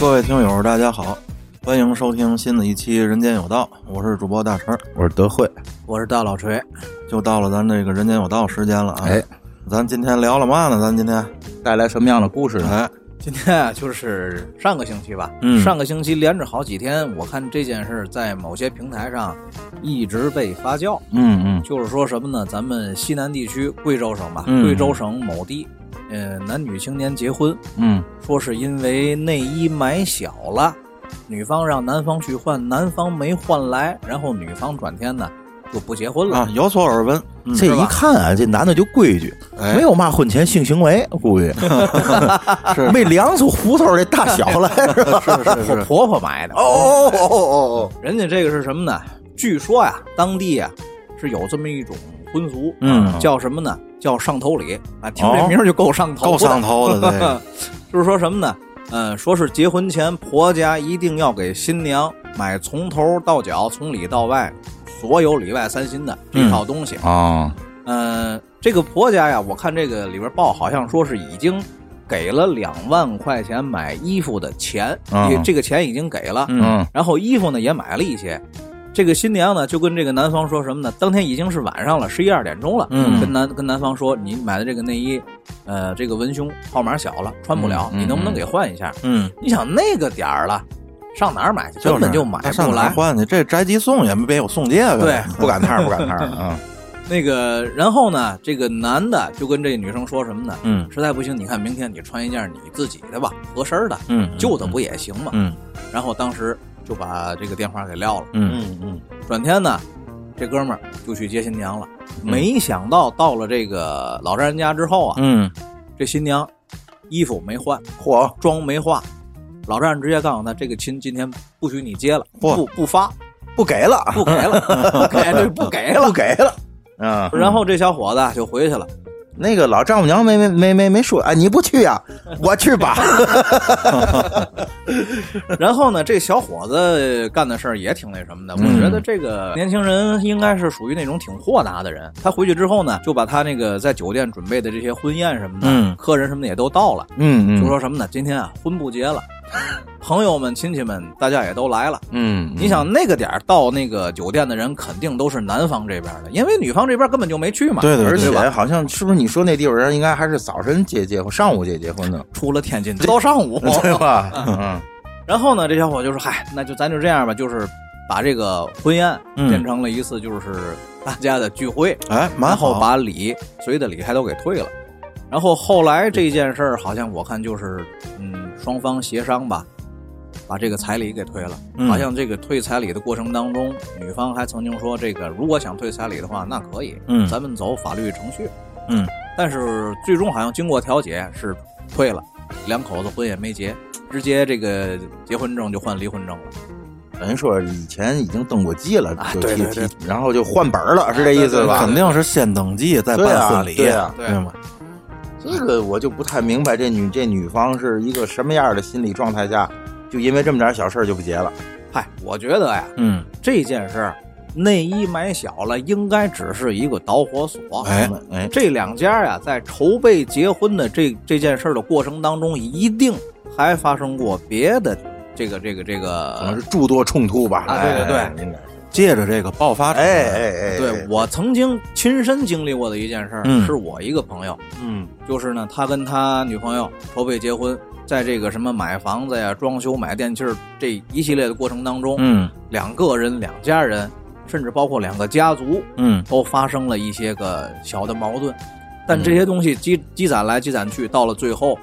各位听友，大家好，欢迎收听新的一期《人间有道》，我是主播大陈儿，我是德惠，我是大老锤，又到了咱这个《人间有道》时间了啊！哎，咱今天聊了嘛呢？咱今天带来什么样的故事呢？哎，今天啊， 就是上个星期吧，嗯上个星期连着好几天，我看这件事儿在某些平台上一直被发酵，嗯嗯就是说什么呢？咱们西南地区贵州省吧，嗯贵州省某地，呃，男女青年结婚，嗯，说是因为内衣买小了，女方让男方去换，男方没换来，然后女方转天呢就不结婚了。啊，有所耳闻，嗯这一看啊，这男的就规矩，哎没有嘛婚前性行为，估 计是没量出胡同这大小来。是吧是是婆是，婆婆买的，嗯哦哦哦哦人家这个是什么呢？据说呀，当地呀是有这么一种婚俗，啊嗯叫什么呢？叫上头礼啊，听哦这名儿就够上 头的，够上头的这 个就是说什么呢？嗯，说是结婚前婆家一定要给新娘买从头到脚、从里到外所有里外三新的这嗯套东西。哦 啊！嗯、这个婆家呀，我看这个里边报好像说是已经给了两万块钱买衣服的钱，嗯也这个钱已经给了。啊嗯，然后衣服呢也买了一些。这个新娘呢就跟这个男方说什么呢？当天已经是晚上了，十一二点钟了。嗯跟男跟男方说，你买的这个内衣，呃，这个文胸号码小了，穿不了，嗯你能不能给换一下？嗯，你想那个点儿了，上哪儿买去？是根本就买那不上哪儿来。换去？这宅急送也没别有送戒呗，嗯对不赶趟儿，不赶趟儿啊！那个，然后呢，这个男的就跟这女生说什么呢？嗯实在不行，你看明天你穿一件你自己的吧，合身儿的，嗯，旧的不也行吗？嗯然后当时就把这个电话给撂了。嗯嗯嗯，转天呢，这哥们儿就去接新娘了。没想到到了这个老丈人家之后啊，嗯，这新娘衣服没换，嚯，妆没化，老丈人直接告诉他，这个亲今天不许你接了，嚯不不发，不给了， 不给了，不给，对，不给了。不给了。嗯，然后这小伙子就回去了，那个老丈母娘没没没没没说，哎，你不去呀？ 我去吧。然后呢，这小伙子干的事儿也挺那什么的。我嗯觉得这个年轻人应该是属于那种挺豁达的人。他回去之后呢，就把他那个在酒店准备的这些婚宴什么的，嗯客人什么的也都到了。嗯就说什么呢？今天啊，婚不结了， 朋友们、亲戚们，大家也都来了。嗯你想那个点儿到那个酒店的人，肯定都是男方这边的，因为女方这边根本就没去嘛。对对而且对，好像是不是你说那地方人应该还是早晨结结婚，上午结结婚的，。出了天津都上午 对吧？哦嗯，然后呢，这小伙就说：“嗨，那就咱就这样吧，就是把这个婚宴嗯变成了一次就是大家的聚会，哎，蛮然好后，把礼随的礼还都给退了。”然后后来这件事儿，好像我看就是，嗯，双方协商吧，把这个彩礼给退了。嗯好像这个退彩礼的过程当中，女方还曾经说，这个如果想退彩礼的话，那可以，嗯咱们走法律程序，嗯。但是最终好像经过调解是退了，两口子婚也没结，直接这个结婚证就换离婚证了。等于说以前已经登过记了，啊就对提对提然后就换本儿了，是这意思对吧？肯定是先登记再对啊办婚礼，对啊对吗？这个我就不太明白，这女这女方是一个什么样的心理状态下，就因为这么点小事儿就不结了？嗨，我觉得呀，嗯，这件事儿，内衣买小了，应该只是一个导火索。哎哎，这两家呀，在筹备结婚的这这件事儿的过程当中，一定还发生过别的这个这个这可能个是诸多冲突吧？啊对对对哎，应该是。借着这个爆发出来，哎哎哎，对我曾经亲身经历过的一件事儿，嗯是我一个朋友，嗯就是呢，他跟他女朋友筹备结婚，在这个什么买房子呀、装修、买电器儿这一系列的过程当中，嗯两个人、两家人，甚至包括两个家族，嗯都发生了一些个小的矛盾。但这些东西积积攒来积攒去，到了最后，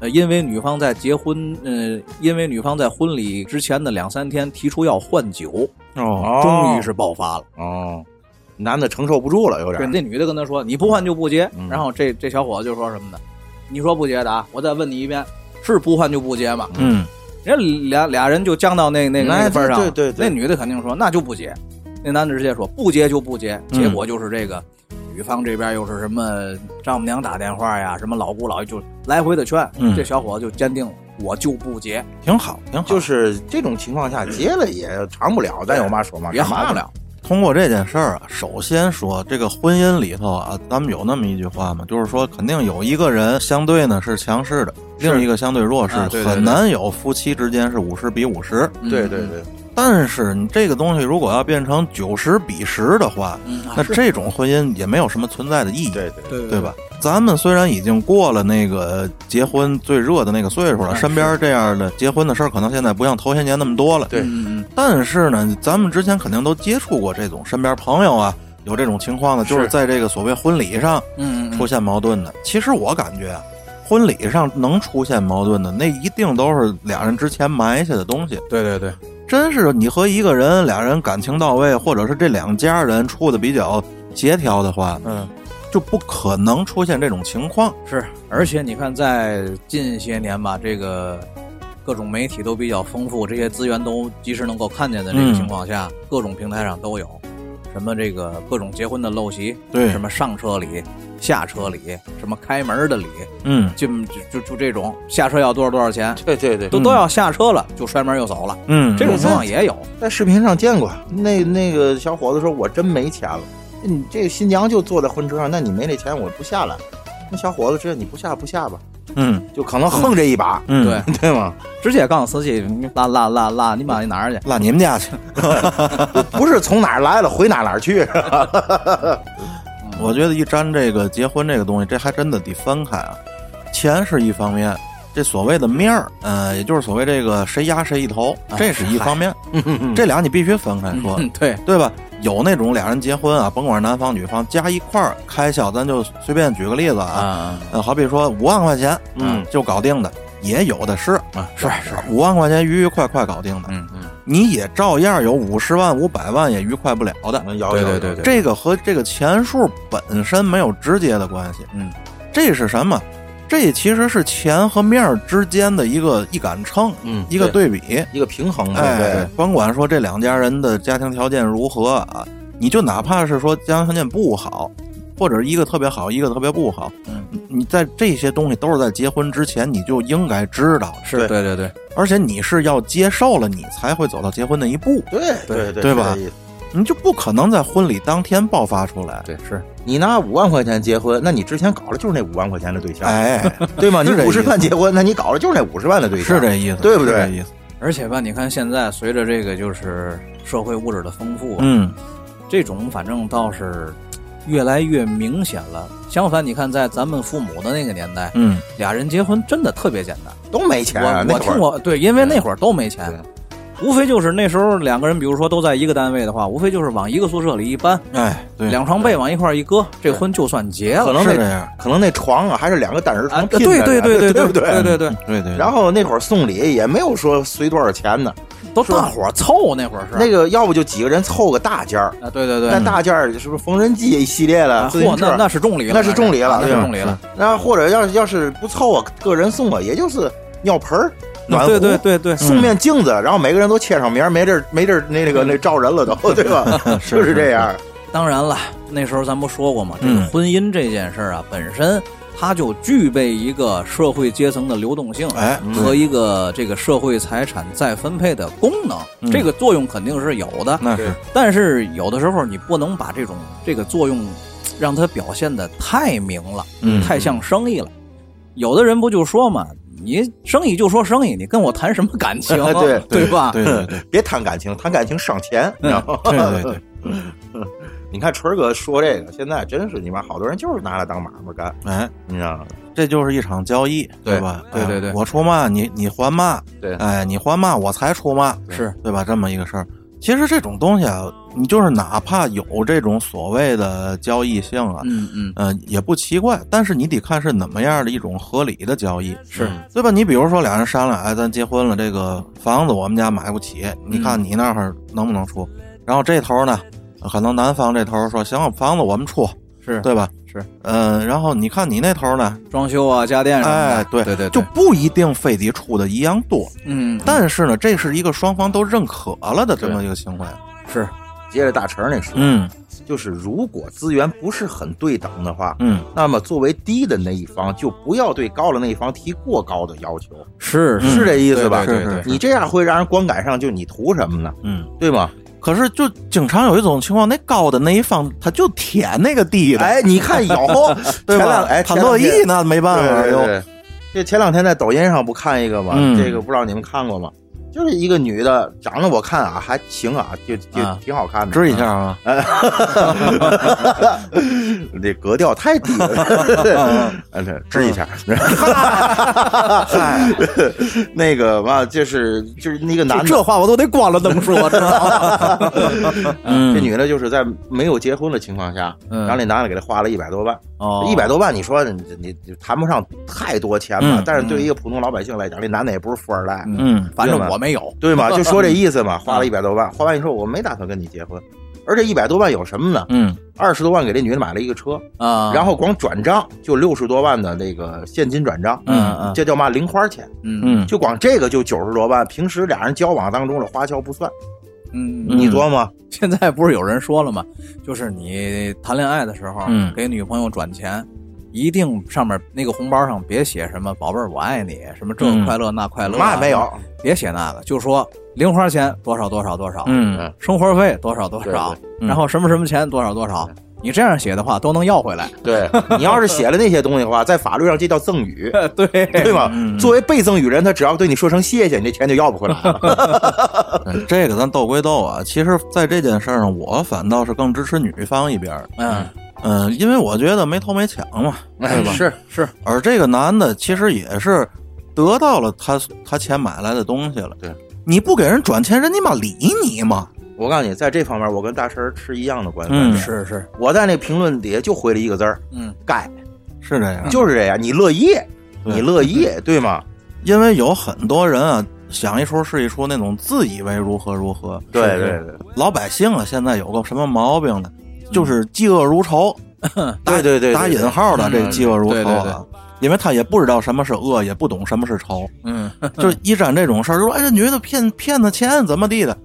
呃，因为女方在结婚，呃，因为女方在婚礼之前的两三天提出要换酒，哦，哦终于是爆发了。哦，男的承受不住了，有对，点。那女的跟他说：“你不换就不结。嗯然后这这小伙子就说什么呢？你说不结的啊？我再问你一遍，是不换就不结吗？嗯人家俩俩人就僵到那那个哎那个份儿上了，对对对那女的肯定说那就不结，那男的直接说不结就不结，嗯结果就是这个。女方这边又是什么丈母娘打电话呀，什么老姑老姨就来回的劝，嗯这小伙子就坚定了我就不结，挺好挺好，就是这种情况下，结了也长不了，咱有嘛说啊嘛，也好不。了。通过这件事儿啊，首先说这个婚姻里头啊，咱们有那么一句话嘛，就是说肯定有一个人相对呢是强势的，另一个相对弱势，啊对对对很难有夫妻之间是五十比五十。嗯对对，对，但是你这个东西如果要变成九十比十的话，嗯，那啊是这种婚姻也没有什么存在的意义，对对，对对？吧？咱们虽然已经过了那个结婚最热的那个岁数了，嗯身边这样的结婚的事儿可能现在不像头些年那么多了，对嗯嗯但是呢，咱们之前肯定都接触过这种身边朋友啊有这种情况的，就是是在这个所谓婚礼上嗯嗯出现矛盾的。其实我感觉啊，婚礼上能出现矛盾的，那一定都是俩人之前埋下的东西。对对对，真是你和一个人俩人感情到位，或者是这两家人处的比较协调的话，嗯，就不可能出现这种情况。是，而且你看，在近些年吧，这个各种媒体都比较丰富，这些资源都及时能够看见的这个嗯情况下，各种平台上都有，什么这个各种结婚的陋习，对什么上车礼、下车礼，什么开门的礼，嗯进就就就这种下车要多少多少钱，对对对，都都要下车了就摔门又走了，嗯，这种情况也有。在视频上见过，那那个小伙子说：“我真没钱了，你这新娘就坐在婚车上，那你没那钱，我不下来。”那小伙子知道你不下不下吧，嗯就可能横这一把，嗯，对，，对吗？直接告诉司机，你拉拉拉拉，你妈你哪儿去？拉你们家去。不是从哪儿来了回哪儿哪儿去，啊我觉得一沾这个结婚这个东西，这还真的得分开啊。钱是一方面，这所谓的面儿，呃，也就是所谓这个谁压谁一头，这是一方面。 这俩你必须分开说，啊嗯， 对，对吧？有那种俩人结婚啊，甭管是男方女方加一块儿开销，咱就随便举个例子啊，啊， 呃，好比说五万块钱，嗯啊，就搞定的。也有的是啊是是，五万块钱愉愉快快搞定的，嗯嗯，你也照样有五十万、五百万也愉快不了的。摇摇对对摇对对，这个和这个钱数本身没有直接的关系，嗯，这是什么？这其实是钱和面儿之间的一个一杆秤，嗯一个对比。一个平嗯衡嘛，哎，甭管说这两家人的家庭条件如何啊，你就哪怕是说家庭条件不好，或者一个特别好，一个特别不好，嗯你，你在这些东西都是在结婚之前你就应该知道，是对对对，而且你是要接受了，你才会走到结婚那一步，对对对对吧？是这意思你就不可能在婚礼当天爆发出来。对是，你拿五万块钱结婚，那你之前搞的就是那五万块钱的对象，哎，对吗？你是这意思五十万结婚，那你搞的就是那五十万的对象，是这意思，对不对是这意思，而且吧，你看现在随着这个就是社会物质的丰富，啊嗯这种反正倒是越来越明显了。相反，你看在咱们父母的那个年代，嗯，俩人结婚真的特别简单。都没钱啊，我那我会听儿过，对，因为那会儿都没钱，无非就是那时候两个人，比如说都在一个单位的话，无非就是往一个宿舍里一搬，哎，对，两床被往一块儿一搁，这婚就算结可了。能是这那样，可能那床啊还是两个单人啊，床对拼的对呀，对 对对对不对对对，对对。 然后那会儿送礼也没有说随多少钱呢，都大伙儿凑那会儿是嗯那个要不就几个人凑个大件儿，啊，对对对，那大件儿是不是缝纫机一系列啊的自行嚯，那车？那是重礼了，那是重礼了那哎是对吧重礼了。那或者要是要是不凑啊，个人送啊，也就是尿盆儿、嗯暖对壶、对对对，送面镜子，然后每个人都签上名儿，没地儿没地儿那那个那照人了都， 对吧？嗯是就是这样，当然了，那时候咱不说过嘛，这个嗯婚姻这件事儿啊，本身它就具备一个社会阶层的流动性，哎，和一个这个社会财产再分配的功能，嗯这个作用肯定是有的。那是但是有的时候你不能把这种这个作用让它表现的太明了，嗯太像生意了。有的人不就说嘛，你生意就说生意，你跟我谈什么感情、啊？ 对 对吧？对对对别谈感情，谈感情伤钱，嗯你知道吗？对对 对，你看春儿哥说这个，现在真是你妈好多人就是拿来当买卖干，哎，你知道吗？这就是一场交易，对吧？对对对哎我出嘛，你你还嘛，对哎，你还嘛，我才出嘛，是对吧？这么一个事儿。其实这种东西啊，你就是哪怕有这种所谓的交易性啊，嗯嗯，嗯、也不奇怪。但是你得看是怎么样的一种合理的交易，是嗯对吧？你比如说俩人商量，哎，咱结婚了，这个房子我们家买不起，你看你那儿能不能出？然后这头呢，可能男方这头说行，房子我们出，是对吧？是，嗯、然后你看你那头呢，装修啊，家电什么的，哎，对对对，就不一定非得出的一样多，嗯，但是呢，这是一个双方都认可了的这么一个行为，是接着大成那说，嗯就是如果资源不是很对等的话，嗯，那么作为低的那一方就不要对高的那一方提过高的要求，是嗯是这意思吧？嗯对对对是对你这样会让人观感上就你图什么呢？嗯。对吗？可是就经常有一种情况，那高的那一方他就舔那个低的，哎，你看有对前两 吧？哎，他前两乐天意那没办法啊对对又。对，这前两天在抖音上不看一个吗？嗯这个不知道你们看过吗？就是一个女的，长得我看啊还行啊，就就啊挺好看的。支一下啊，嗯这格调太低了，嗯对支一下。 那个嘛，就是就是那个男的，这话我都得光了这么说，知道吗？嗯，这女的就是在没有结婚的情况下，嗯然后那男的给她花了一百多万，哦一百多万，你说你你你谈不上太多钱吧？嗯但是对于一个普通老百姓来讲，这男的也不是富二代，嗯反正我没有。 对吗？就说这意思 嘛，花了一百多万，花完以后我没打算跟你结婚，而这一百多万有什么呢？嗯二十多万给这女的买了一个车，啊，然后后光转账就六十多万的那个现金转账，嗯嗯这叫嘛零花钱？嗯嗯，就光这个就九十多万，平时俩人交往当中的花销不算，嗯嗯你琢磨 现在不是有人说了吗？就是你谈恋爱的时候，嗯给女朋友转钱，一定上面那个红包上别写什么“宝贝儿我爱你”什么这个嗯快乐那快乐、嘛也没，有，别写那个，就说零花钱多少多少多少，嗯生活费多少多少对，嗯然后什么什么钱多少多少，你这样写的话都能要回来。 对你要是写了那些东西的话，在法律上这叫赠与，对，对吧？嗯作为被赠与人，他只要对你说声谢谢，你这钱就要不回来了。嗯，这个咱斗归斗啊，其实，在这件事儿上，我反倒是更支持女方一边儿。嗯，嗯，因为我觉得没偷没抢嘛，对吧？是是，而这个男的其实也是得到了他他钱买来的东西了。对，你不给人转钱，人家嘛理你嘛。我告诉你，在这方面，我跟大神儿吃一样的官司。嗯是是，我在那评论底下就回了一个字儿嗯， “该是这”，样，就是这样，你乐意，对你乐意，对吗？因为有很多人啊，想一出是一出，那种自以为如何如何。对是不是对对老百姓啊，现在有个什么毛病呢？就是嫉恶如仇，对对对，打对引号的嗯这个嫉恶如仇对对啊，因为他也不知道什么是恶，也不懂什么是仇，嗯， 就一沾这种事儿，就说哎，这女的骗骗他钱怎么地的？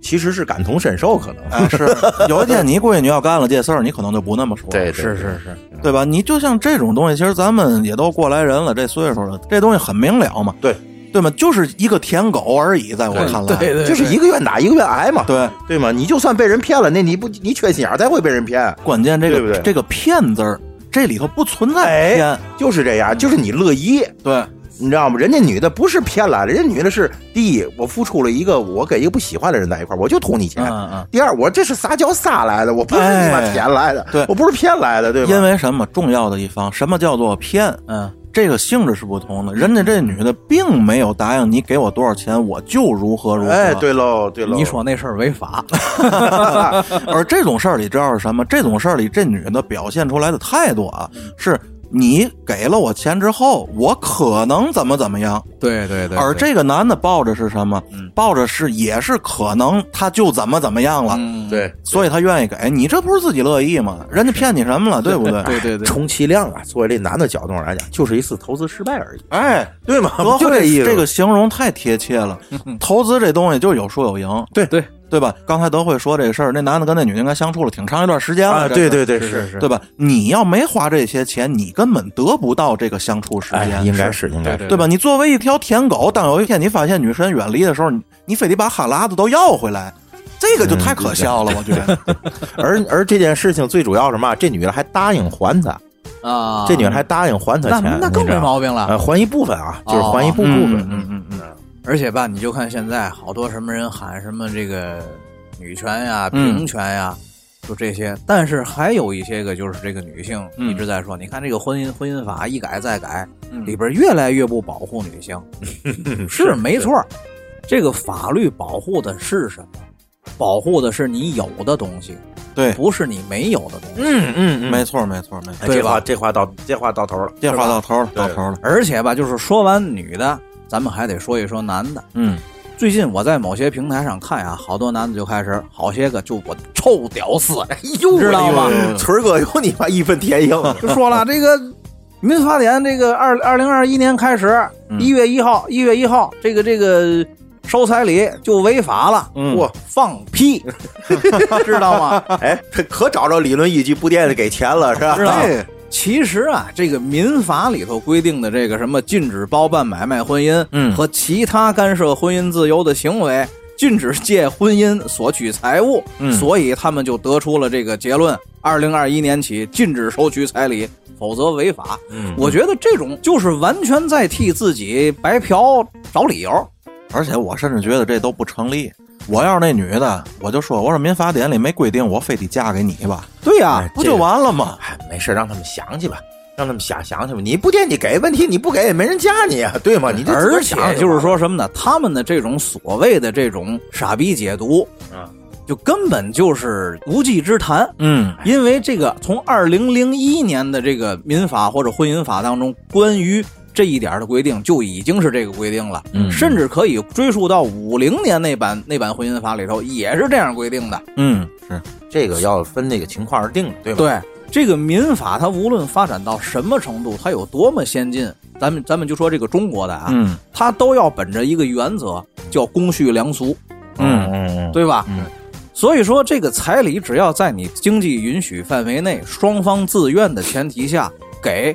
其实是感同身受，可能。哎，是有一天你闺女要干了这事儿，你可能就不那么说，对，是是是，对吧？你就像这种东西，其实咱们也都过来人了，这岁数了，这东西很明了嘛，对对吗？就是一个舔狗而已，在我看来，对对，就是一个愿打一个愿挨嘛，对对吗？你就算被人骗了，那你不你缺心眼儿才会被人骗，关键这个对不对这个骗字儿，这里头不存在哎骗，就是这样，就是你乐意，对，你知道吗？人家女的不是骗来的，人家女的是第一，我付出了一个我给一个不喜欢的人在一块儿，我就图你钱；嗯嗯第二，我这是撒娇撒来的，我不是你妈哎舔来的，对我不是骗来的，对吧？因为什么？重要的一方，什么叫做骗？嗯这个性质是不同嗯的。人家这女的并没有答应你给我多少钱，我就如何如何。哎，。对喽，对喽，你说那 事儿违法， 而这种事儿里，知道是什么？这种事儿里，这女的表现出来的态度啊，是你给了我钱之后，我可能怎么怎么样。对对对，而对，这个男的抱着是什么？嗯抱着是也是可能他就怎么怎么样了。嗯，对。所以他愿意给哎你，这不是自己乐意 吗？人家骗你什么了，对不对？对对对，充其量啊，作为这男的角度上来讲，就是一次投资失败而已，哎，对 吗？德就这意惠思，这个形容太贴切了。嗯投资这东西就是有输有赢，对对对吧？刚才德惠说这事儿，那男的跟那女的应该相处了挺长一段时间了，啊，这事对儿对对，是是是，是，对吧？你要没花这些钱，你根本得不到这个相处时哎，间，应该是应该对是，对吧？你作为一条舔狗，当有一天你发现女神远离的时候，你你非得把哈喇子都要回来，这个就嗯太可笑了，我觉 得。而而这件事情最主要是嘛，这女的还答应还他，啊，这女的还答应还他那钱，那更你知没道吗毛病了。呃，还一部分啊，就是还一部部嗯分。嗯嗯嗯，而且吧，你就看现在好多什么人喊什么这个女权呀、嗯平权呀，就这些。但是还有一些个就是这个女性嗯一直在说，你看这个婚姻婚姻法一改再改，嗯里边越来越不保护女性，是没错儿。这个法律保护的是什么？保护的是你有的东西，对，不是你没有的东西。嗯嗯嗯没错没错没错，哎对这吧话这话到这话到头了。这话到头了，吧到头了。而且吧，就是说完女的，咱们还得说一说男的。嗯，最近我在某些平台上看啊，好多男的就开始好些个就我臭屌丝，哎呦知道吗哎呦村儿哥有你妈义愤填膺，就说 了这个《民法典》这个二二零二一年开始嗯一月一号，一月一号这个这个收彩礼就违法了，嗯我放屁， 知道吗？哎，这可找着理论依据，不惦记给钱了是吧？知道吗对其实啊，这个民法里头规定的这个什么禁止包办买卖婚姻，嗯和其他干涉婚姻自由的行为，禁止借婚姻索取财物，嗯所以他们就得出了这个结论：二零二一年起禁止收取彩礼，否则违法。嗯我觉得这种就是完全在替自己白嫖找理由。而且哎我甚至觉得这都不成立。我要是那女的，我就说，我说民法典里没规定我非得嫁给你吧，对呀、不就完了吗？哎，没事，让他们想去吧，让他们想想去吧。你不给你给问题，你不给也没人加你啊，对吗？你这而且就是，说什么呢？他们的这种所谓的这种傻逼解读，啊，就根本就是无稽之谈。嗯，因为这个从二零零一年的这个民法或者婚姻法当中，关于这一点的规定就已经是这个规定了，嗯甚至可以追溯到五零年那版那版婚姻法里头也是这样规定的。嗯，是，这个要分那个情况而定，对吧？对这个民法，它无论发展到什么程度，它有多么先进，咱们咱们就说这个中国的啊，嗯它都要本着一个原则，叫公序良俗，嗯嗯对吧？嗯所以说，这个彩礼只要在你经济允许范围内，双方自愿的前提下给，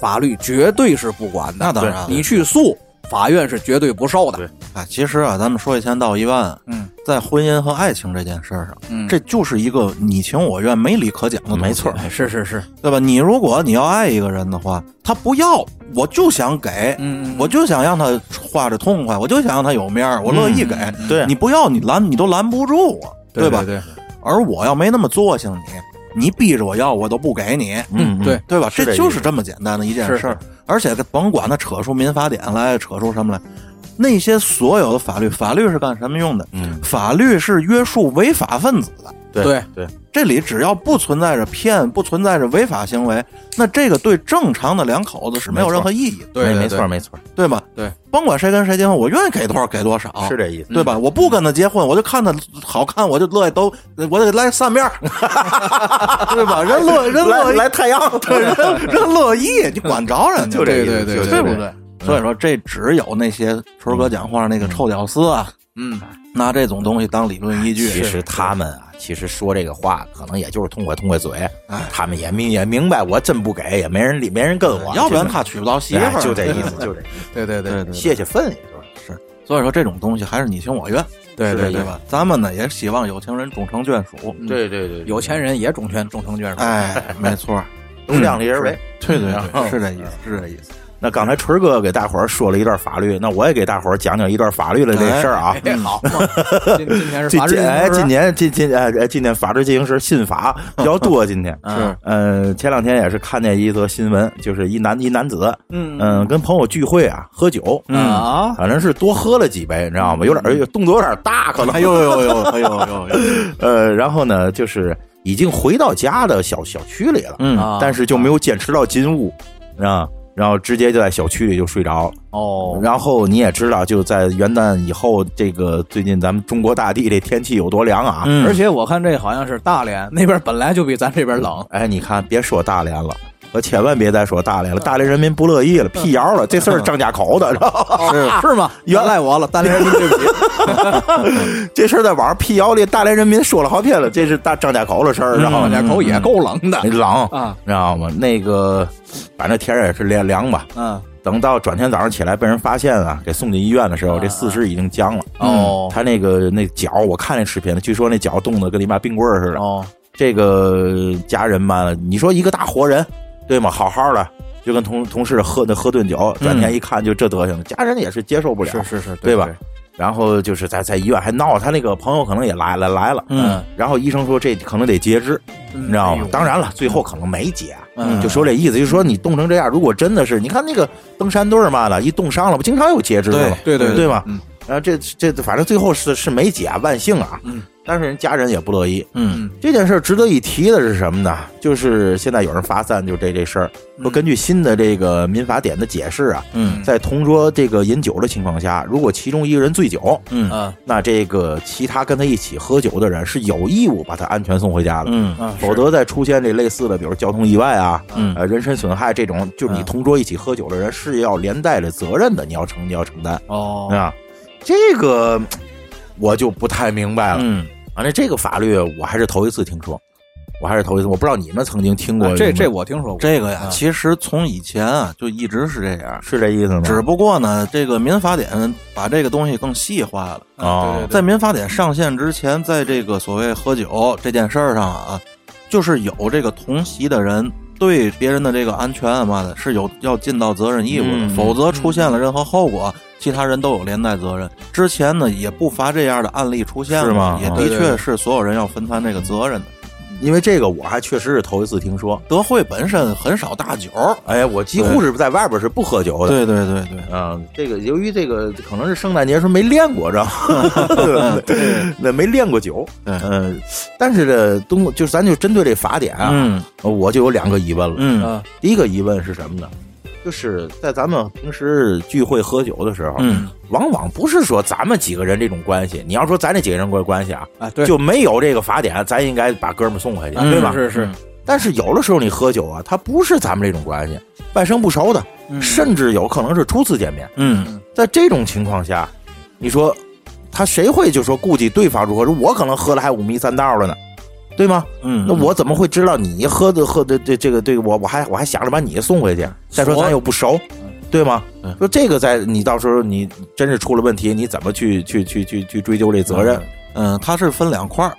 法律绝对是不管的。那当然了你去诉，法院是绝对不受的对。啊，其实啊，咱们说一千道一万，嗯在婚姻和爱情这件事上，嗯，这就是一个你情我愿、没理可讲的东西没错是是是，对吧？你如果你要爱一个人的话，他不要，我就想给，嗯我就想让他花着痛快，我就想让他有面儿，我乐意给。嗯对你不要，你拦你都拦不住我，吧？对而我要没那么作性你，你逼着我要，我都不给你，嗯，对，对吧？是这这意思就是这么简单的一件是事儿。而且甭管他扯出民法典来，扯出什么来，那些所有的法律，法律是干什么用的？嗯，法律是约束违法分子的。对对对，这里只要不存在着骗，不存在着违法行为，那这个对正常的两口子是没有任何意义的，对没对没对错没错，对吗？对，甭管谁跟谁结婚，我愿意给多少给多哦少，是嗯这意思。对吧？我不跟他结婚，我就看他好看，我就乐意都，我得来三面儿， 对吧？人乐人乐来意， 来太阳， 人人乐意，你管着人家 就这对意对思对就对这不意对？所以说，这只有那些春哥讲话那个臭屌丝啊，嗯，拿这种东西当理论依据，其实他们啊，其实说这个话，可能也就是痛快痛快嘴，他们也明也明白，我真不给，也没人理，没人跟我，要不然他娶不到媳妇哎儿，就这意思，就这意对对对思，泄泄愤也就是。所以说这种东西还是你情我愿，对对对对对，吧？咱们呢也希望有情人终成眷属，对对对，有钱人也中权终成眷属。哎，没错，都量力而为。对对对，嗯是这意思，是这意思。那刚才纯儿哥给大伙儿说了一段法律，那我也给大伙儿讲讲一段法律的这事儿啊。哎，好嘛， 今今天是 今 法制今进行哎，时今年今今哎哎，今年法制进行时新法比较多。今天是嗯，前两天也是看见一则新闻，就是一男一男子，嗯嗯，跟朋友聚会啊，喝酒，哦啊，反正是多喝了几杯，你知道吗？有点儿动作有点大，可能嗯哎呦呦呦，哎呦呦呦，呃，然后呢，就是已经回到家的小小区里了， 嗯，啊但是就没有坚持到进屋啊，然后直接就在小区里就睡着了。哦，然后你也知道，就在元旦以后，这个最近咱们中国大地这天气有多凉啊！嗯而且我看这好像是大连那边本来就比咱这边冷，哎，你看，别说大连了。可千万别再说大嗯连了，大连人民不乐意了，辟谣了，这事儿张家口的，知道吧？是 是吗？原原赖我了，大连人民对不 起。这事儿在网上辟谣里，大连人民说了好天了，这是大张家口的事儿，知道嗯吗？张家口也够冷的那冷，啊，知道吗？那个，反正天儿也是凉凉吧。嗯，等到转天早上起来被人发现啊，给送进医院的时候，啊这四肢已经僵了。嗯哦他那个那脚，我看那视频了，据说那脚冻得跟你妈冰棍儿似的。哦，这个家人嘛，你说一个大活人，对吗？好好的，就跟同同事喝那喝顿酒，转天一看就这德行了，家人也是接受不了，嗯是是，对吧？？然后就是在在医院还闹，他那个朋友可能也来了来了，嗯，然后医生说这可能得截肢，你你知道吗？当然了，最后可能没截，哎嗯就说这意思，就说你冻成这样，如果真的是，你看那个登山队儿嘛的，一冻伤了，不经常有截肢的吗？对对对对吧？嗯然后这这反正最后是是没解，万幸啊。嗯但是人家人也不乐意。嗯这件事儿值得一提的是什么呢？就是现在有人发散，就这这事儿嗯说，根据新的这个民法典的解释啊，嗯在同桌这个饮酒的情况下，如果其中一个人醉酒，嗯啊那这个其他跟他一起喝酒的人是有义务把他安全送回家的。嗯啊，否则再出现这类似的，比如交通意外啊，嗯呃，人身损害这种，就是你嗯同桌一起喝酒的人是要连带着责任的，你要承你要承担哦，啊。这个我就不太明白了。嗯，反正这个法律我还是头一次听说，我还是头一次，我不知道你们曾经听过啊这有没这有我听说过，这个呀，啊其实从以前啊就一直是这样，是这意思吗？只不过呢，这个民法典把这个东西更细化了。哦啊，对在民法典上线之前，啊在这个所谓喝酒这件事儿上啊，就是有这个同席的人对别人的这个安全啊嘛的是有要尽到责任义务的，嗯否则出现了任何后果，其他人都有连带责任。之前呢也不乏这样的案例出现是吗嘛，也啊的对确是所有人要分摊这个责任的。因为这个我还确实是头一次听说。德惠本身很少大酒，哎，我几乎是在外边是不喝酒的。对对对对，啊，这个由于这个可能是圣诞节时候没练过，知道 吗？那没练过酒，对嗯呃，但是这东就是咱就针对这法典啊，嗯我就有两个疑问了。嗯嗯第一个疑问是什么呢？就是在咱们平时聚会喝酒的时候，嗯，往往不是说咱们几个人这种关系。你要说咱这几个人关关系啊，啊，对，就没有这个法典，咱应该把哥们儿送回去，嗯对吧？是是，但是有的时候你喝酒啊，他不是咱们这种关系，半生不熟的，嗯甚至有可能是初次见面。嗯在这种情况下，你说他谁会就说顾及对方如何？我可能喝了还五迷三道了呢，对吗？嗯，那我怎么会知道你喝的喝的这这个对我我还我还想着把你送回去？再说所咱又不熟，对吗啊嗯？说这个在你到时候你真是出了问题，你怎么去去去去去追究这责任？嗯，它是分两块儿。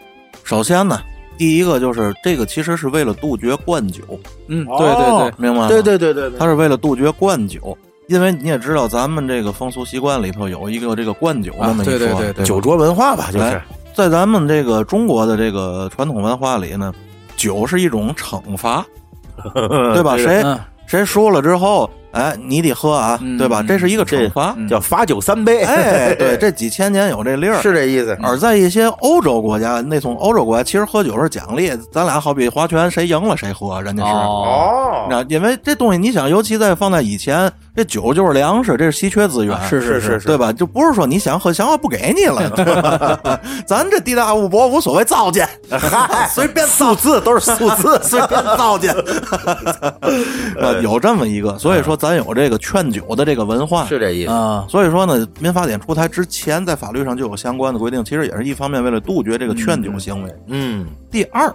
首先呢，第一个就是这个其实是为了杜绝灌酒，嗯，对对哦对，明白吗？对对对对对，它是为了杜绝灌酒，因为你也知道咱们这个风俗习惯里头有一个这个灌酒那么一说，啊对对对对酒酒桌文化吧，就是哎在咱们这个中国的这个传统文化里呢，酒是一种惩罚，对对 吧？谁嗯谁输了之后，哎，你得喝啊，嗯对吧？嗯这是一个惩罚，嗯叫罚酒三杯？ 哎，对，这几千年有这例儿。 是这意思。而在一些欧洲国家，那从欧洲国家其实喝酒是奖励，咱俩好比划拳，谁赢了谁喝，人家是。哦，哦那因为这东西，你想，尤其在放在以前，这酒就是粮食，这是稀缺资源，啊是是是是是对吧？就不是说你想喝，想喝不给你了，对吧咱这地大物博，无所谓糟践，随便造字都是数字， 随便糟践。啊，有这么一个，所以说咱有这个劝酒的这个文化。是这意思。啊，所以说呢，民法典出台之前，在法律上就有相关的规定，其实也是一方面为了杜绝这个劝酒行为。嗯第二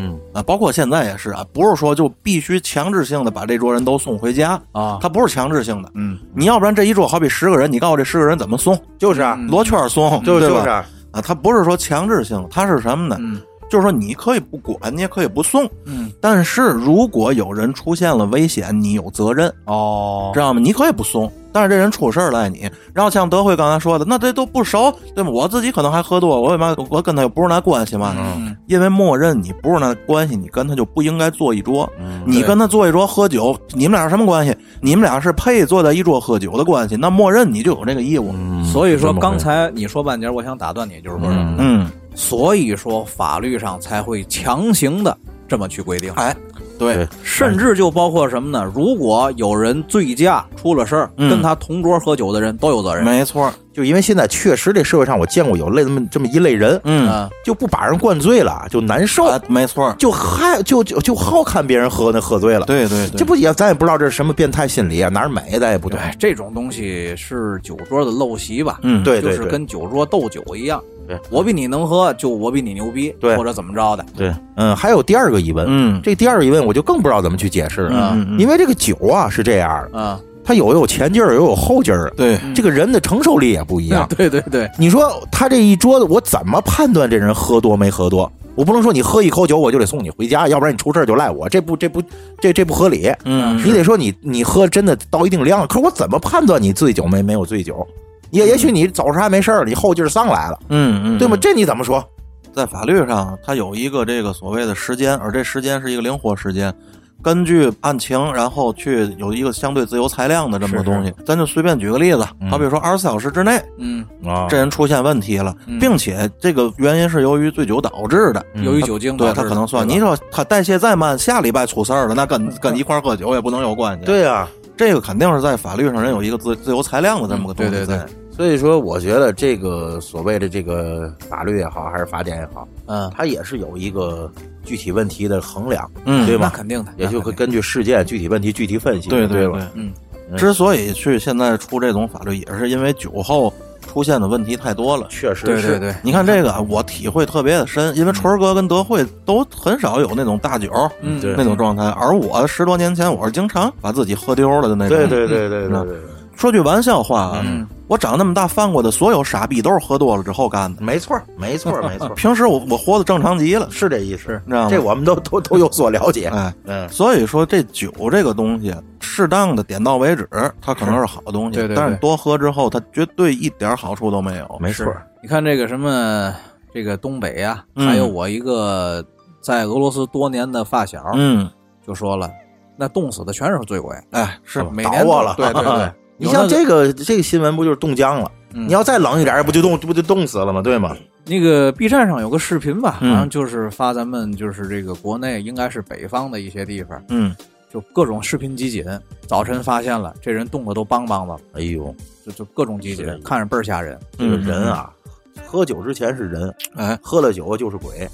嗯，啊，包括现在也是啊，不是说就必须强制性的把这桌人都送回家啊它不是强制性的。嗯，你要不然这一桌好比十个人，你告诉我这十个人怎么送？就是啊，嗯罗圈儿松，就对就吧是啊，啊，它不是说强制性，它是什么呢？嗯就是说你可以不管，你也可以不送，嗯，但是如果有人出现了危险，你有责任，哦知，道吗？你可以不送，但是这人出事儿赖你。然后像德惠刚才说的，那这都不熟，对吗？我自己可能还喝多，我为嘛我跟他又不是那关系嘛？嗯因为默认你不是那关系，你跟他就不应该坐一桌。嗯你跟他坐一桌喝酒，你们俩是什么关系？你们俩是配坐在一桌喝酒的关系，那默认你就有这个义务。所以说这么回事刚才你说半截儿，我想打断你，就是说什么呢？嗯，所以说法律上才会强行的这么去规定，哎，对对，甚至就包括什么呢？如果有人醉驾出了事儿，嗯跟他同桌喝酒的人都有责任。没错，就因为现在确实这社会上我见过有类这么这么一类人，嗯，嗯就不把人灌醉了，就难受，啊，没错，就害就就就好看别人喝那喝醉了。，对对这对，不也咱也不知道这是什么变态心理啊，哪儿美咱也不懂对。，这种东西是酒桌的陋习吧？嗯，对就对是对跟酒桌斗酒一样对。我比你能喝，就我比你牛逼，对或者怎么着的。对，嗯，还有第二个疑问，嗯这第二个疑问我就更不知道怎么去解释了，嗯嗯因为这个酒啊是这样的，嗯，。它有有前劲儿，有有后劲儿，对，这个人的承受力也不一样 对对对，你说他这一桌子，我怎么判断这人喝多没喝多？我不能说你喝一口酒我就得送你回家，要不然你出事儿就赖我，这不这不这这不合理。嗯，你得说你你喝真的到一定量了，可是我怎么判断你醉酒没没有醉酒？也也许你早上还没事儿，你后劲儿上来了，嗯嗯，对吗？这你怎么说？在法律上，它有一个这个所谓的时间，而这时间是一个灵活时间，根据案情，然后去有一个相对自由裁量的这么个东西。咱就随便举个例子，好比说二十四小时之内，嗯，啊这人出现问题了，并且这个原因是由于醉酒导致的。由于酒精导对致嗯嗯的，他可能算，对吧你说他代谢再慢，下礼拜出事儿了，那跟跟一块儿喝酒也不能有关系。，对啊，这个肯定是在法律上人有一个自自由裁量的这么个东西在。嗯对对对所以说我觉得这个所谓的这个法律也好，还是法典也好，嗯，它也是有一个具体问题的衡量，嗯对那吧？肯定的，也就那会肯定根据事件具体问题具体分析，对对对吧？嗯嗯之所以去现在出这种法律，也是因为酒后出现的问题太多了。确实对是对对，你看这个啊，我体会特别的深，嗯因为春儿哥跟德惠都很少有那种大酒嗯对那种状态，而我十多年前我是经常把自己喝丢了的那种。对对对对对对对嗯说句玩笑话啊，我长那么大犯过的所有傻逼都是喝多了之后干的。没错儿，没错儿，没错儿，平时我我活得正常极了，是这意思，你知道吗这我们都都都有所了解。哎，嗯，所以说这酒这个东西，适当的点到为止，它可能是好东西。对对对但是多喝之后，它绝对一点好处都没有。没错儿，你看这个什么，这个东北啊，嗯还有我一个在俄罗斯多年的发小，嗯，就说了，那冻死的全是醉鬼，哎，是每倒年我都了，对对对 你像有这那个个这个新闻不就是冻僵了？嗯你要再冷一点儿，不就冻不就冻死了吗？对吗？那个 B 站上有个视频吧，好嗯像就是发咱们就是这个国内应该是北方的一些地方，嗯，就各种视频集锦，早晨发现了这人冻得都梆梆的了，哎呦，就就各种集锦是的，看着倍儿吓人。这个嗯人啊，喝酒之前是人，哎，喝了酒就是鬼。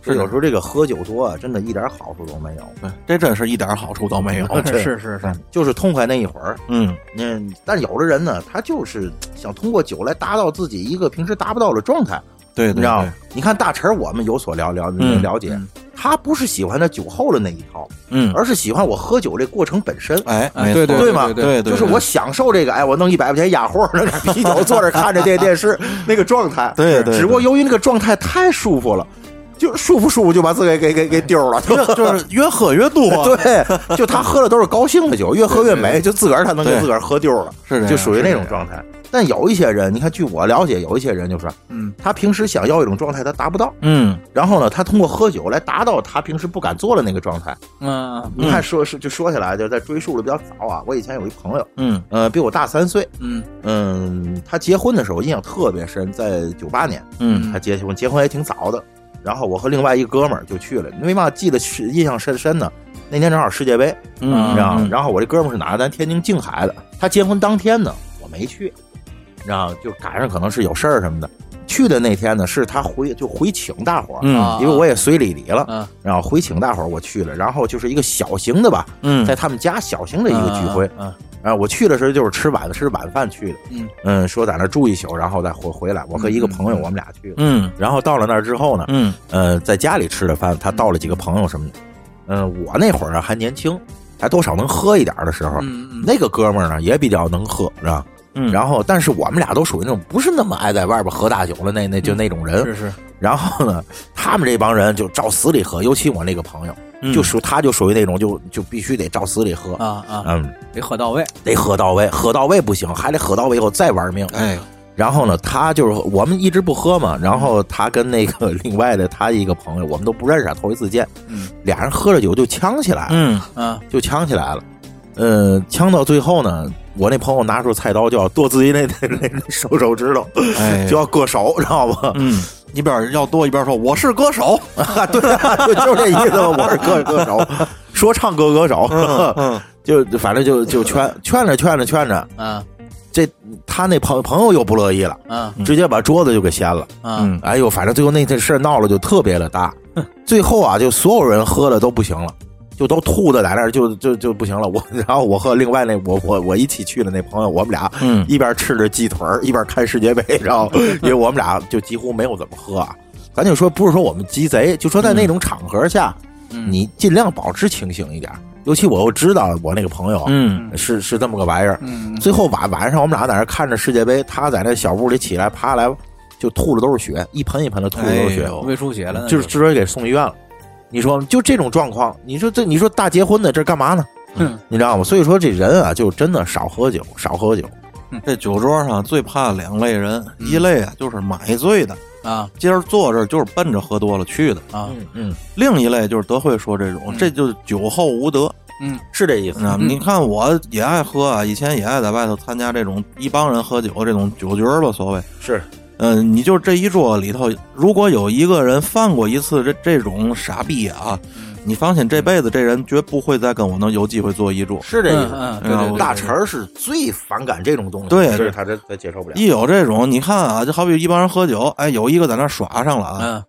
是的有时候这个喝酒多啊，真的一点好处都没有，嗯对，这真是一点好处都没 有。哦 是是是是，就是痛快那一会儿。嗯，嗯，但有的人呢，他就是想通过酒来达到自己一个平时达不到的状态，对你对知道对吗，？你看大陈儿，我们有所了了嗯了解嗯，他不是喜欢他酒后的那一套，嗯，而是喜欢我喝酒这过程本身。哎，啊没对错嗯对吗对对对，就是我享受这个，哎，我弄一百块钱压货，那点啤酒，坐这看着这电 视，那个状态。对对对只不过由于那个状态太舒服了，就舒服舒服就把自己给给给丢 了。，越就是越喝越多 对，就他喝的都是高兴的酒，越喝越美，就自个儿他能给对自个儿喝丢了，是这样就属于那种是这样状态。但有一些人，你看，据我了解，有一些人就是嗯，他平时想要一种状态，他达不到，嗯，然后呢，他通过喝酒来达到他平时不敢做的那个状态。嗯你看，说是就说起来，就在追溯的比较早啊。我以前有一朋友，嗯呃，比我大三岁，嗯嗯，他结婚的时候印象特别深，在九八年嗯他结婚，结婚也挺早的。然后我和另外一哥们儿就去了，为嘛记得是印象深深呢？那年正好世界杯，嗯，你知道吗？嗯然后我这哥们儿是哪儿？咱天津静海的。他结婚当天呢，我没去，你知道吗，就赶上可能是有事儿什么的。去的那天呢，是他回就回请大伙儿，嗯啊因为我也随礼离了，嗯然后回请大伙儿我去了，然后就是一个小型的吧，嗯，在他们家小型的一个聚会，嗯啊，我去的时候就是吃晚吃晚饭去的，嗯说在那儿住一宿，然后再回回来。我和一个朋友，嗯嗯我们俩去的。嗯然后到了那儿之后呢，嗯呃，在家里吃的饭，他到了几个朋友什么的。嗯、我那会儿呢还年轻，还多少能喝一点儿的时候。嗯嗯那个哥们儿呢也比较能喝，是吧？嗯，然后，但是我们俩都属于那种不是那么爱在外边喝大酒的那那就那种人。嗯是 是，然后呢，他们这帮人就照死里喝，尤其我那个朋友，嗯就属他就属于那种就就必须得照死里喝，啊啊，嗯，得喝到位。得喝到位，喝到位不行，还得喝到位以后再玩命。哎，然后呢，他就是我们一直不喝嗯嘛，然后他跟那个另外的他一个朋友，我们都不认识啊，头一次见，嗯俩人喝着酒就呛起来了，嗯啊，就呛起来了。呃，呛到最后呢，我那朋友拿出菜刀就要剁自己那 那那那手手指头，哎 就要割手，知道吗？嗯，一边要多一边说我是歌 手，啊，对啊，就就这意思嘛，我是歌歌 手，说唱歌歌手，嗯 就反正就就劝劝着劝着劝着，啊他那朋朋友又不乐意了。啊直接把桌子就给掀了。啊嗯哎呦，反正最后那件事儿闹了就特别的大，最后啊，就所有人喝的都不行了，就都吐的在那儿，就就就不行了。我然后我和另外那我我我一起去的那朋友，我们俩嗯一边吃着鸡腿儿，一边看世界杯，然后因为我们俩就几乎没有怎么喝啊。咱就说不是说我们鸡贼，就说在那种场合下，嗯你尽量保持清醒一点儿。尤其我又知道我那个朋友、啊嗯是是这么个玩意儿，嗯最后晚晚上我们俩在那看着世界杯，他在那小屋里起来爬来，就吐的都是血，一盆一盆的吐的都是血，哎呦胃出血了，就是直接给送医院了。你说就这种状况，你说这你说大结婚的这干嘛呢？嗯你知道吗？所以说这人啊，就真的少喝酒，少喝酒。这酒桌上最怕两类人，嗯一类啊就是买醉的，啊今儿坐这儿就是奔着喝多了去的；啊嗯，另一类就是德惠说这种，这就是酒后无德。嗯是这意思。那你看，我也爱喝啊，以前也爱在外头参加这种一帮人喝酒这种酒局儿吧，所谓。是，嗯，你就这一桌里头，如果有一个人犯过一次这这种傻逼啊，嗯你放心，这辈子这人绝不会再跟我能有机会坐一桌。是这意思。嗯对对对，大陈儿是最反感这种东西，对所以对他这他接受不了。一有这种，你看啊，就好比一帮人喝酒，哎，有一个在那耍上了啊，嗯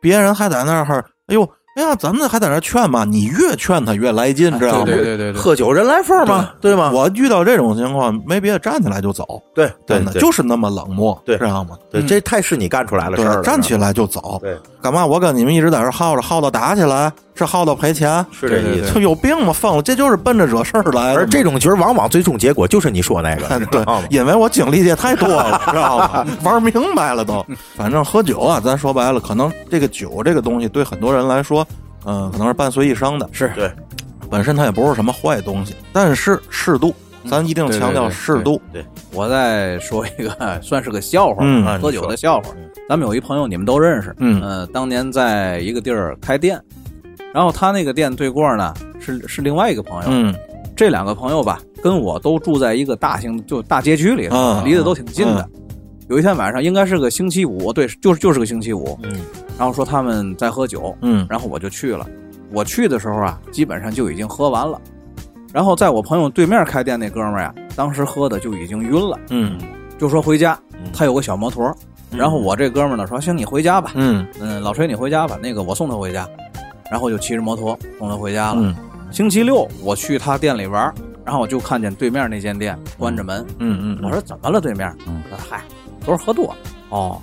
别人还在那儿，哎呦，哎呀，咱们还在那儿劝嘛，你越劝他越来哎劲，知道吗？对对对对，喝酒人来疯嘛，对吗？我遇到这种情况，没别的，站起来就走，对对真的对就是那么冷漠，对知道吗？对，嗯这太是你干出来的事儿对，了。站起来就走。对，干嘛我跟你们一直在这儿耗着，耗到打起来，是耗到赔钱，是这意思。就有病吗？疯了，这就是奔着惹事儿来的。而这种局儿往往最终结果就是你说那 个，知对道吗，因为我经历的也太多了， 知道吧？玩明白了都。反正喝酒啊，咱说白了，可能这个酒这个东西对很多人来说，嗯、可能是伴随一生的，是对本身它也不是什么坏东西，但是适度，咱一定对对强调对适度。我再说一个，算是个笑话，啊嗯喝酒的笑话。咱们有一朋友，你们都认识，嗯呃，当年在一个地儿开店，然后他那个店对过呢是是另外一个朋友，嗯这两个朋友吧，跟我都住在一个大型就大街区里头，嗯离得都挺近的。有一天晚上，应该是个星期五，对，就是就是个星期五，嗯，然后说他们在喝酒，嗯然后我就去了。我去的时候啊，基本上就已经喝完了。然后在我朋友对面开店那哥们儿呀、当时喝的就已经晕了，嗯就说回家。他有个小摩托，然后我这哥们儿呢说：“行，你回家吧。嗯嗯，老崔你回家吧，那个我送他回家。”然后就骑着摩托送他回家了。嗯星期六我去他店里玩儿，然后我就看见对面那间店关着门，嗯我说怎么了？对面，嗯他说嗨，昨儿喝多了哦，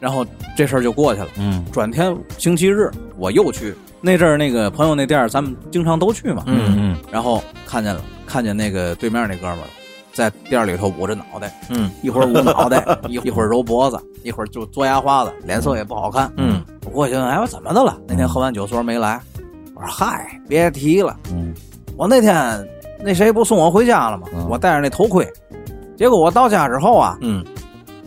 然后这事儿就过去了。嗯转天星期日我又去那阵儿，那个朋友那店儿咱们经常都去嘛，嗯嗯然后看见了，看见那个对面那哥们儿了，在店儿里头捂着脑袋，嗯一会儿捂脑 袋，一一会儿揉脖子，一会儿就嘬牙花子，脸色也不好看。嗯，我过去问，哎，我怎么的了？嗯那天喝完酒昨儿没来，我说嗨，别提了。嗯我那天那谁不送我回家了吗？嗯我戴上那头盔，结果我到家之后啊，嗯，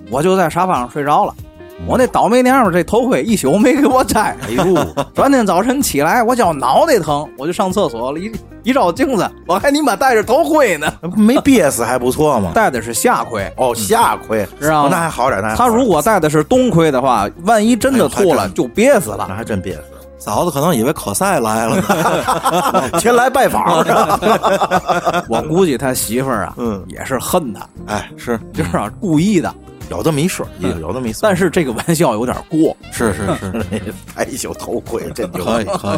我就在沙发上睡着了。嗯我那倒霉娘们儿这头盔一宿没给我摘，哎呦， 转天早晨起来我脚脑袋疼，我就上厕所了，一一照镜子，我还尼玛戴着头盔呢，没憋死还不错嘛。戴的是下盔。哦，下亏，嗯知道哦吗那还好点，那还好他点如果戴的是冬盔的话，万一真的吐哎呦还了真就憋死了那。还真憋死，嫂子可能以为可赛来了 呢。前来拜访，我估计他媳妇儿啊，嗯也是恨他，哎，是就是啊故意的。有这么一说，有有这么一说，嗯 但是这个玩笑有点过，是是 是，戴一宿哎头盔，真牛，可以可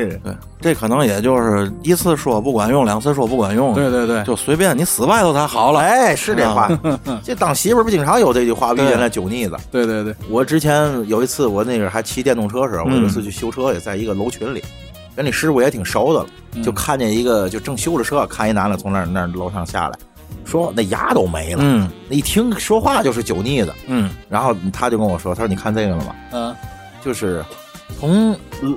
以。 以，对，这可能也就是一次说不管用，两次说不管用，对对对就随便你死外头才好了。哎，是这话， 这当媳妇儿不经常有这句话，遇嗯对见了酒腻子。对对对，我之前有一次，我那个还骑电动车时候，我有一次嗯去修车，也在一个楼群里，跟那师傅也挺熟的了，嗯就看见一个就正修着车，看一男的从那儿那儿楼上下来，说那牙都没了，嗯那一听说话就是酒腻子，嗯然后他就跟我说，他说你看这个了吗？嗯就是从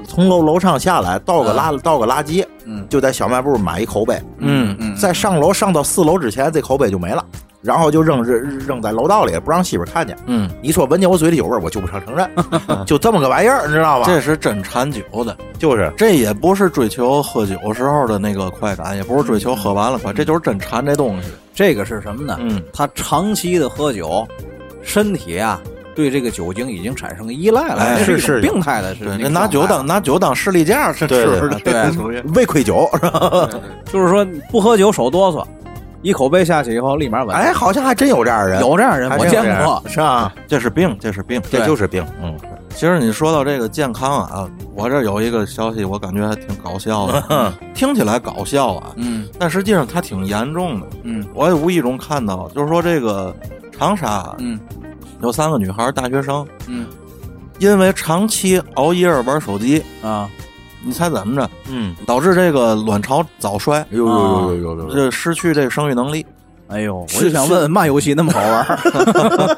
从楼楼上下来，到个拉、到个垃圾，嗯就在小卖部买一口杯，嗯嗯，在上楼上到四楼之前，这口杯就没了，然后就扔扔扔在楼道里，不让媳妇儿看见。嗯，你说闻见我嘴里有味儿，我就不承承认， 就这么个玩意儿，你知道吧？这是真馋酒的，就是这也不是追求喝酒时候的那个快感，也不是追求喝完了快，这就是真馋这东西。这个是什么呢？嗯他长期的喝酒，身体啊对这个酒精已经产生依赖了，哎这一是是种病态的是对，那个这拿酒状态当拿酒当士力架，这对是对不是对 这属于？胃溃酒，就是说不喝酒手哆嗦，一口杯下去以后立马稳。哎，，好像还真有这样的人，有这样人还我真有见这样人过，是吧？这是病，这是病。这就是病，嗯，其实你说到这个健康啊，我这有一个消息，我感觉还挺搞笑的，听起来搞笑啊，嗯但实际上它挺严重的。嗯我也无意中看到，就是说这个长沙啊嗯有三个女孩儿，大学生，嗯因为长期熬夜玩手机，啊，你猜怎么着，嗯，导致这个卵巢早衰，有有有有有有，这失去这个生育能力。哎呦，我是就想问问嘛游戏那么好玩儿？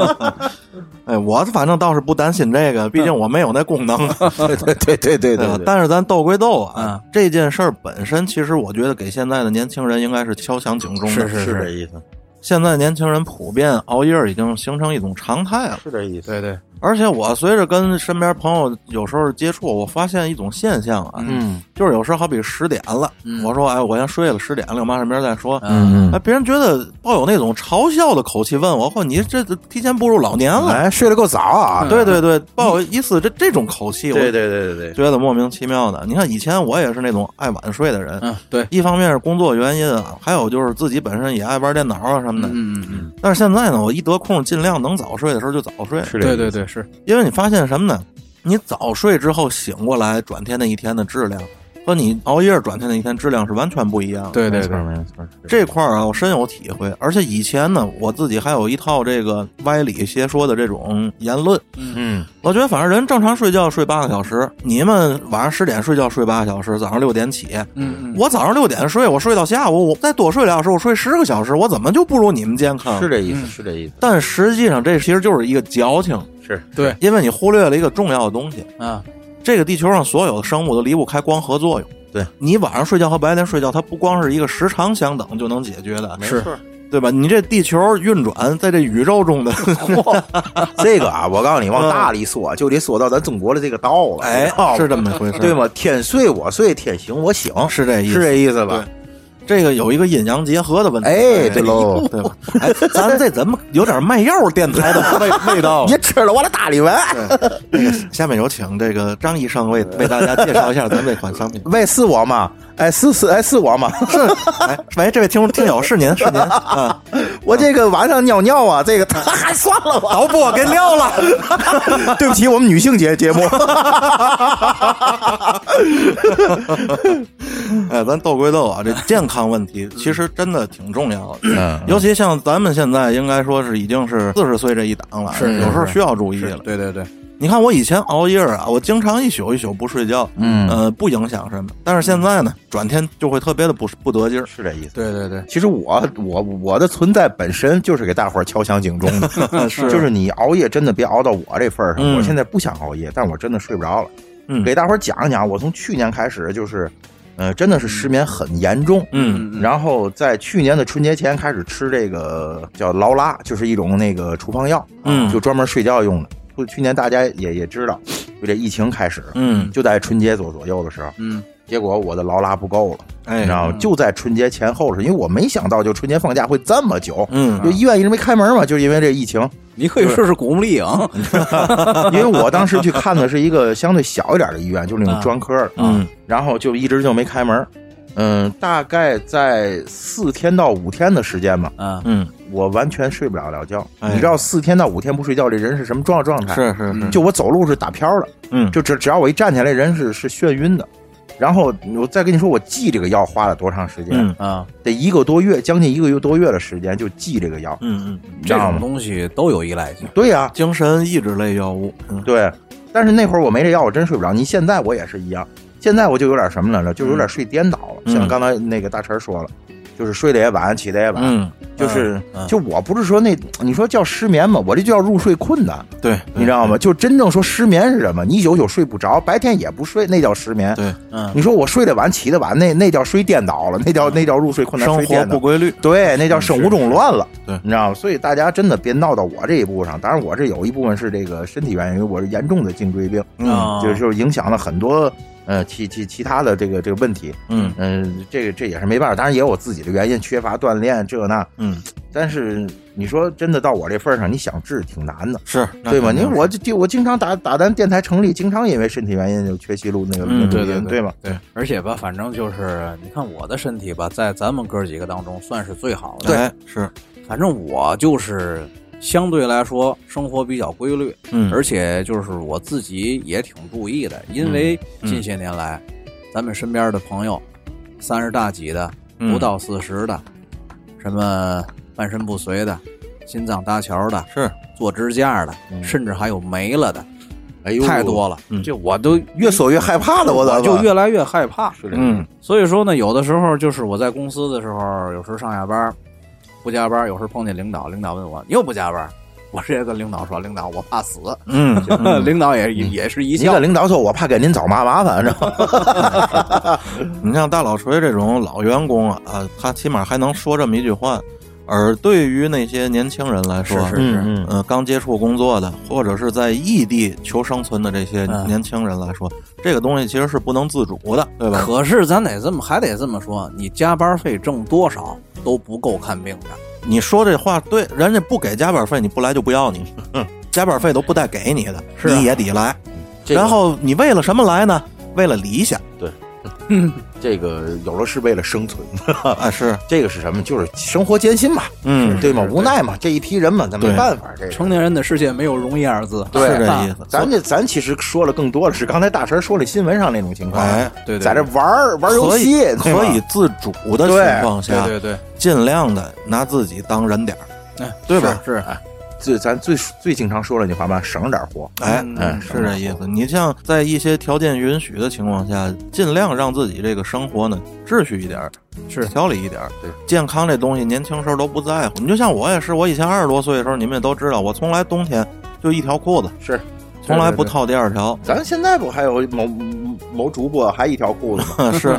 哎，我反正倒是不担心这个，嗯毕竟我没有那功能。 对对对对对对吧对，对但是咱斗归斗啊，嗯这件事儿本身，其实我觉得给现在的年轻人应该是敲响警钟的。是是是这意思，现在年轻人普遍熬夜已经形成一种常态了。是这意思，对对，而且我随着跟身边朋友有时候接触，我发现一种现象啊，嗯就是有时候好比十点了，嗯我说哎，我先睡了，十点了，我妈上边再说。嗯哎，别人觉得抱有那种嘲笑的口气问我，嚯，你这提前步入老年了？哎，睡得够早啊，对对对，抱有一丝这这种口气，我对对对对对，觉得莫名其妙的。你看以前我也是那种爱晚睡的人，嗯对，一方面是工作原因啊，还有就是自己本身也爱玩电脑啊什么的。嗯嗯嗯，但是现在呢，我一得空，尽量能早睡的时候就早睡，是这对意思对对是，因为你发现什么呢？你早睡之后醒过来，转天那一天的质量和你熬夜转去那一天质量是完全不一样的。对没对错对，没错，这块儿啊，我深有体会。而且以前呢，我自己还有一套这个歪理邪说的这种言论。嗯我觉得反正人正常睡觉睡八个小时，你们晚上十点睡觉睡八个小时，早上六点起。嗯嗯，我早上六点睡，我睡到下午，我再多睡俩小时，我睡十个小时，我怎么就不如你们健康？是这意思，嗯是这意思，但实际上这其实就是一个矫情，是对因为你忽略了一个重要的东西。啊，这个地球上所有的生物都离不开光合作用。对你晚上睡觉和白天睡觉，它不光是一个时长相等就能解决的，没是错。对吧？你这地球运转在这宇宙中 的，这个啊，我告诉你，往大里说，就得说到咱中国的这个道了，哎你知道，吗是这么一回事，对？吗？天睡我睡，天醒我醒，是这意思，是这意思吧对？这个有一个阴阳结合的问题。哎对喽对吧？哎，咱这怎么有点卖药电台 的味味道？你吃了我的大力丸，。那个下面有请这个张医生为为大家介绍一下咱们这款商品喂，是我吗？哎，是是，哎，是我吗？哎，喂，这位听众听友是您是您啊， 我这个晚上尿尿啊，这个 还算了吧。导播给撂了。哦对不起，我们女性节节目，哎，咱斗归斗啊，这健康问题其实真的挺重要的。嗯尤其像咱们现在，应该说是已经是四十岁这一档了，是有时候需要注意了。对对对，你看我以前熬夜啊，我经常一宿一宿不睡觉，嗯呃，不影响什么。但是现在呢，转天就会特别的不不得劲儿。是这意思。对对对，其实我我我的存在本身就是给大伙儿敲响警钟 的，是就是你熬夜真的别熬到我这份儿上。嗯我现在不想熬夜，但我真的睡不着了。嗯给大伙儿讲一讲，我从去年开始就是，呃，真的是失眠很严重。嗯，嗯嗯，然后在去年的春节前开始吃这个叫劳拉，就是一种那个处方药，嗯就专门睡觉用的。不，去年大家也也知道，就这疫情开始，嗯，就在春节左左右的时候，嗯结果我的劳拉不够了，你哎知，道吗？就在春节前后的时候，因为我没想到就春节放假会这么久，嗯就医院一直没开门嘛，就是因为这疫情。你可以试试古墓丽影，嗯 因为我当时去看的是一个相对小一点的医院，就是那种啊专科的，嗯然后就一直就没开门。嗯，大概在四天到五天的时间吧，啊，嗯，我完全睡不了了觉。哎你知道四天到五天不睡觉，这嗯人是什么状状态？是是是，就我走路是打飘的，嗯就只只要我一站起来，人是是眩晕的。然后我再跟你说，我记这个药花了多长时间？嗯啊，得一个多月，将近一个月多月的时间就记这个药，嗯嗯，你知这道种吗？东西都有依赖性，对呀、精神抑制类药物，嗯对。但是那会儿我没这药，我真睡不着。你现在我也是一样，现在我就有点什么来着，就是有点睡颠倒了。嗯像刚才那个大陈说了，就是睡得也晚，起得也晚，嗯，就是、嗯嗯就我不是说那你说叫失眠嘛，我这就叫入睡困难。对，你知道嗯吗？就真正说失眠是什么？你一宿宿睡不着，白天也不睡，那叫失眠。对，嗯，你说我睡得晚，起得晚，那那叫睡颠倒了，那叫那叫入睡困嗯难，生睡活颠不倒。规律，对，那叫生无中乱了。是是对你知道吗？所以大家真的别闹到我这一步上。当然，我这有一部分是这个身体原因，因为我是严重的颈椎病，嗯就就是影响了很多呃其其其他的这个这个问题。嗯嗯，这个这也是没办法，当然也有我自己的原因，缺乏锻炼这那。嗯，但是你说真的到我这份儿上，你想治挺难的。是对吗？您您我就我经常打打咱电台成立，经常因为身体原因就缺席录那个嗯那个对录音，对吗？对，而且吧，反正就是你看我的身体吧，在咱们哥几个当中算是最好的，哎是，反正我就是相对来说生活比较规律，嗯而且就是我自己也挺注意的，因为嗯近些年来，咱们身边的朋友，三十大几的，嗯不到四十的，什么半身不遂的，心脏搭桥的，是做支架的，甚至还有没了的，哎呦，太多了，嗯这我都越说越害怕了，我怎我么就越来越害怕。是这样嗯所以说呢，有的时候就是我在公司的时候，有时候上下班不加班，有时候碰见领导，领导问我你又不加班，我直接跟领导说，领导我怕死，嗯 领导也也也是一你笑跟，领导说，我怕给您找麻麻烦，知道吗？你像大老锤这种老员工啊，啊他起码还能说这么一句话。而对于那些年轻人来说，是是是嗯呃，刚接触工作的，或者是在异地求生存的这些嗯年轻人来说，这个东西其实是不能自主的，对吧？可是咱得这么还得这么说，你加班费挣多少都不够看病的。你说这话对，人家不给加班费，你不来就不要你，加班费都不带给你的，是啊你也得来。个然后你为了什么来呢？为了理想。对，这个有的是为了生存， 啊，是，这个是什么？就是生活艰辛嘛，嗯，对吗？是无奈嘛，这一批人嘛，咱没对办法，这个成年人的世界没有容易二字，对是这啊意思。咱这咱其实说了更多的是刚才大神说了新闻上那种情况，啊哎，对对，在这玩儿玩儿游可以戏对吧可以自主的情况对下，对对，尽量的拿自己当人点儿，哎对吧？是，是最咱最最经常说了那句话嘛，省着点活。哎嗯，哎是这意思。你像在一些条件允许的情况下，尽量让自己这个生活呢秩序一点儿，是条理一点儿对。健康这东西，年轻时候都不在乎。你就像我也是，我以前二十多岁的时候，你们也都知道，我从来冬天就一条裤子，是，从来不套第二条。咱现在不还有某某主播还一条裤子吗？ 是，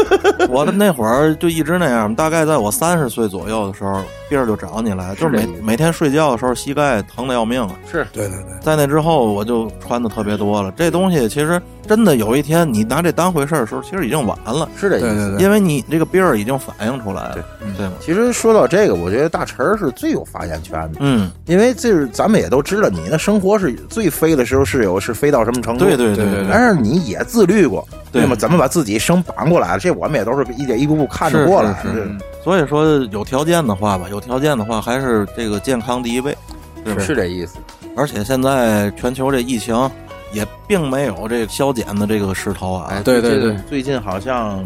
我的那会儿就一直那样。大概在我三十岁左右的时候，地儿就找你来，就是每是每天睡觉的时候膝盖疼的要命了。是对对对，在那之后，我就穿的特别多了。这东西其实真的有一天你拿这当回事儿的时候，其实已经晚了，是这意对思。对对，因为你这个病儿已经反映出来对了，对吗？其实说到这个，我觉得大陈儿是最有发言权的，嗯，因为这是咱们也都知道，你的生活是最飞的时候是有是飞到什么程度，对对对对对，但是你也自律过，对吗？怎么把自己生绑过来了？这我们也都是一点一步步看着是过来是的。是对嗯所以说有条件的话吧，有条件的话还是这个健康第一位，对吧？是这意思，而且现在全球这疫情也并没有这个消减的这个势头啊，哎，对对最近对，最近好像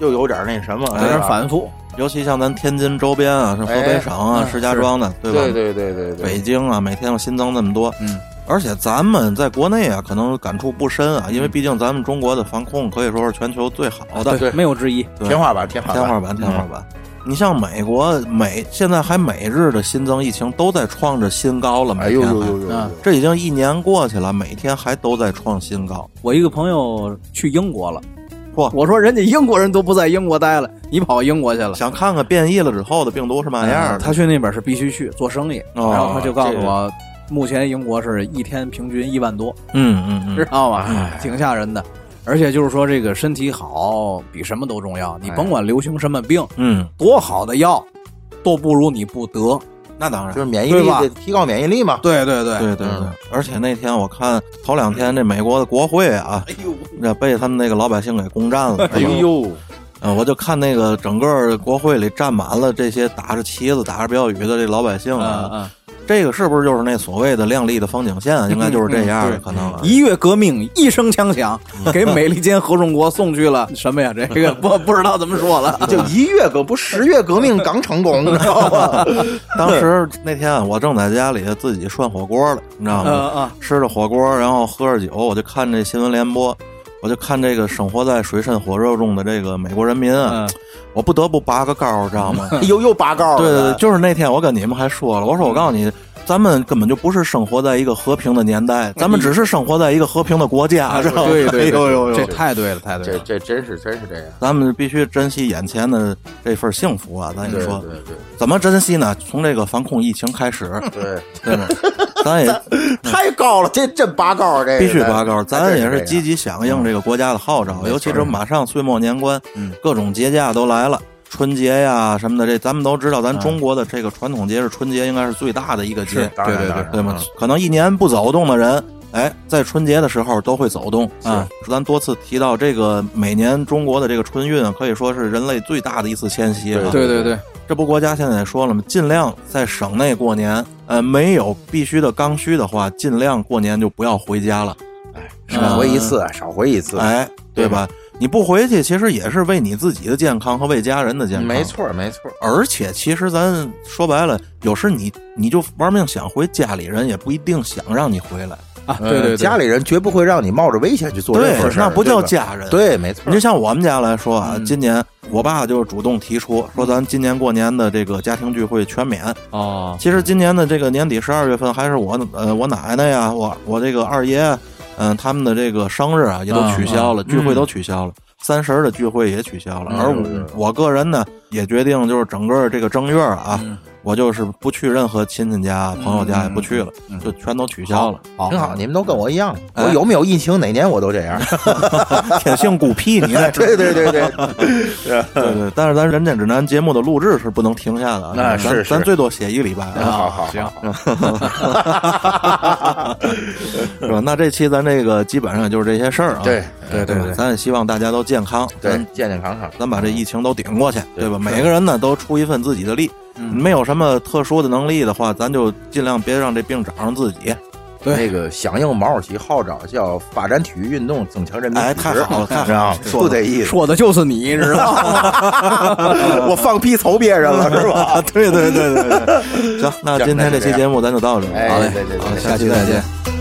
又有点那什么，有点是吧反复，尤其像咱天津周边啊，像河北省啊、哎石家庄的，对吧？对对对对北京啊，每天又新增那么多，嗯，而且咱们在国内啊，可能感触不深嗯啊，因为毕竟咱们中国的防控可以说是全球最好哦的对，没有之一，对天花板，天花板，天花板，天花板。你像美国每现在还每日的新增疫情都在创着新高了，哎每呦天啊呦还呦呦呦嗯！这已经一年过去了，每天还都在创新高。我一个朋友去英国了，嚯我说人家英国人都不在英国待了，你跑英国去了。想看看变异了之后的病毒是嘛样儿的？哎他去那边是必须去做生意，哦然后他就告诉这个我，目前英国是一天平均一万多，嗯嗯知嗯，道吗？挺吓人的。而且就是说，这个身体好比什么都重要。你甭管流行什么病，嗯，多好的药都不如你不得。那当然就。是免疫力对吧得提高免疫力嘛。对对对对对对嗯，而且那天我看头两天这美国的国会啊，那被他们那个老百姓给攻占了。哎呦，呃，我就看那个整个国会里站满了这些打着旗子、打着标语的这老百姓嗯啊，嗯，这个是不是就是那所谓的亮丽的风景线啊？应该就是这嗯样的，可能啊一月革命，一声枪响，给美利坚合众国送去了什么呀？这个 不不知道怎么说了。就一月革不十月革命刚成 功，你知道吗？当时那天啊我正在家里自己涮火锅了，你知道吗？嗯吃着火锅，然后喝着酒，我就看这新闻联播，我就看这个生活在水深火热中的这个美国人民啊，嗯我不得不拔个高，知道吗？又又拔高了。对对对，就是那天我跟你们还说了，我说我告诉你，咱们根本就不是生活在一个和平的年代，咱们只是生活在一个和平的国家，知道吗？ 对对对哎呦呦这呦，太对了，太对这了。这真是真是这样。咱们必须珍惜眼前的这份幸福啊！咱也对说，对对怎么珍惜呢？从这个防控疫情开始，对， 对吧？咱也太高了，这真拔高了，这个嗯必须拔高，咱也是积。哎极响应这个国家的号召，嗯尤其这马上岁末年关嗯，各种节假都来了。春节呀什么的，这咱们都知道，咱中国的这个传统节日春节应该是最大的一个真嗯是节，这样是，对对当然嗯对吗当然？可能一年不走动的人，哎，在春节的时候都会走动啊。咱多次提到这个每年中国的这个春运啊，可以说是人类最大的一次迁徙了。对对对，这不国家现在也说了吗？尽量在省内过年，呃，没有必须的刚需的话，尽量过年就不要回家了，嗯少回一次，少回一次，哎，对吧？你不回去，其实也是为你自己的健康和为家人的健康。没。错没错，而且，其实咱说白了，有时你你就玩命想回，家里人也不一定想让你回来。啊，对对，嗯家里里人绝不会让你冒着危险去做任何对，事儿那不叫嗯对吧家人。，对，没错你就，像我们家来说啊，今年我爸就主动提出说，咱今年过年的这个家庭聚会全免。哦，其实今年的这个年底十二月份，还是我呃我奶奶呀，我我这个二爷，嗯、他们的这个生日啊也都取消了，聚会都取消了。三十儿的聚会也取消了，嗯而我我个人呢，也决定就是整个这个正月啊，嗯我就是不去任何亲戚家、朋友家，也不去了，嗯就全都取消了。好挺好，你们都跟我一样。哎我有没有疫情哪年我都这样。 天性孤僻，你那 对对 对对，对对，但是咱《人间指南》节目的录制是不能停下的啊，那咱是咱是最多歇一礼拜啊，好好行，是吧？那这期咱这个基本上就是这些事儿啊，对对对吧对咱也希望大家都健康，对咱，健健康康。咱把这疫情都顶过去，对嗯吧？是每个人呢都出一份自己的力，没有什么特殊的能力的话，咱就尽量别让这病找上自己。对那个响应毛主席号召，叫发展体育运动，增强人民哎体太质好了太好了知道吗？说就这意思。说的就是你，知道吗？我放屁瞅别人了，是吧？啊对对对对对，行，那今天这期节目咱就到这儿，哎好嘞，对对对好对下期再见。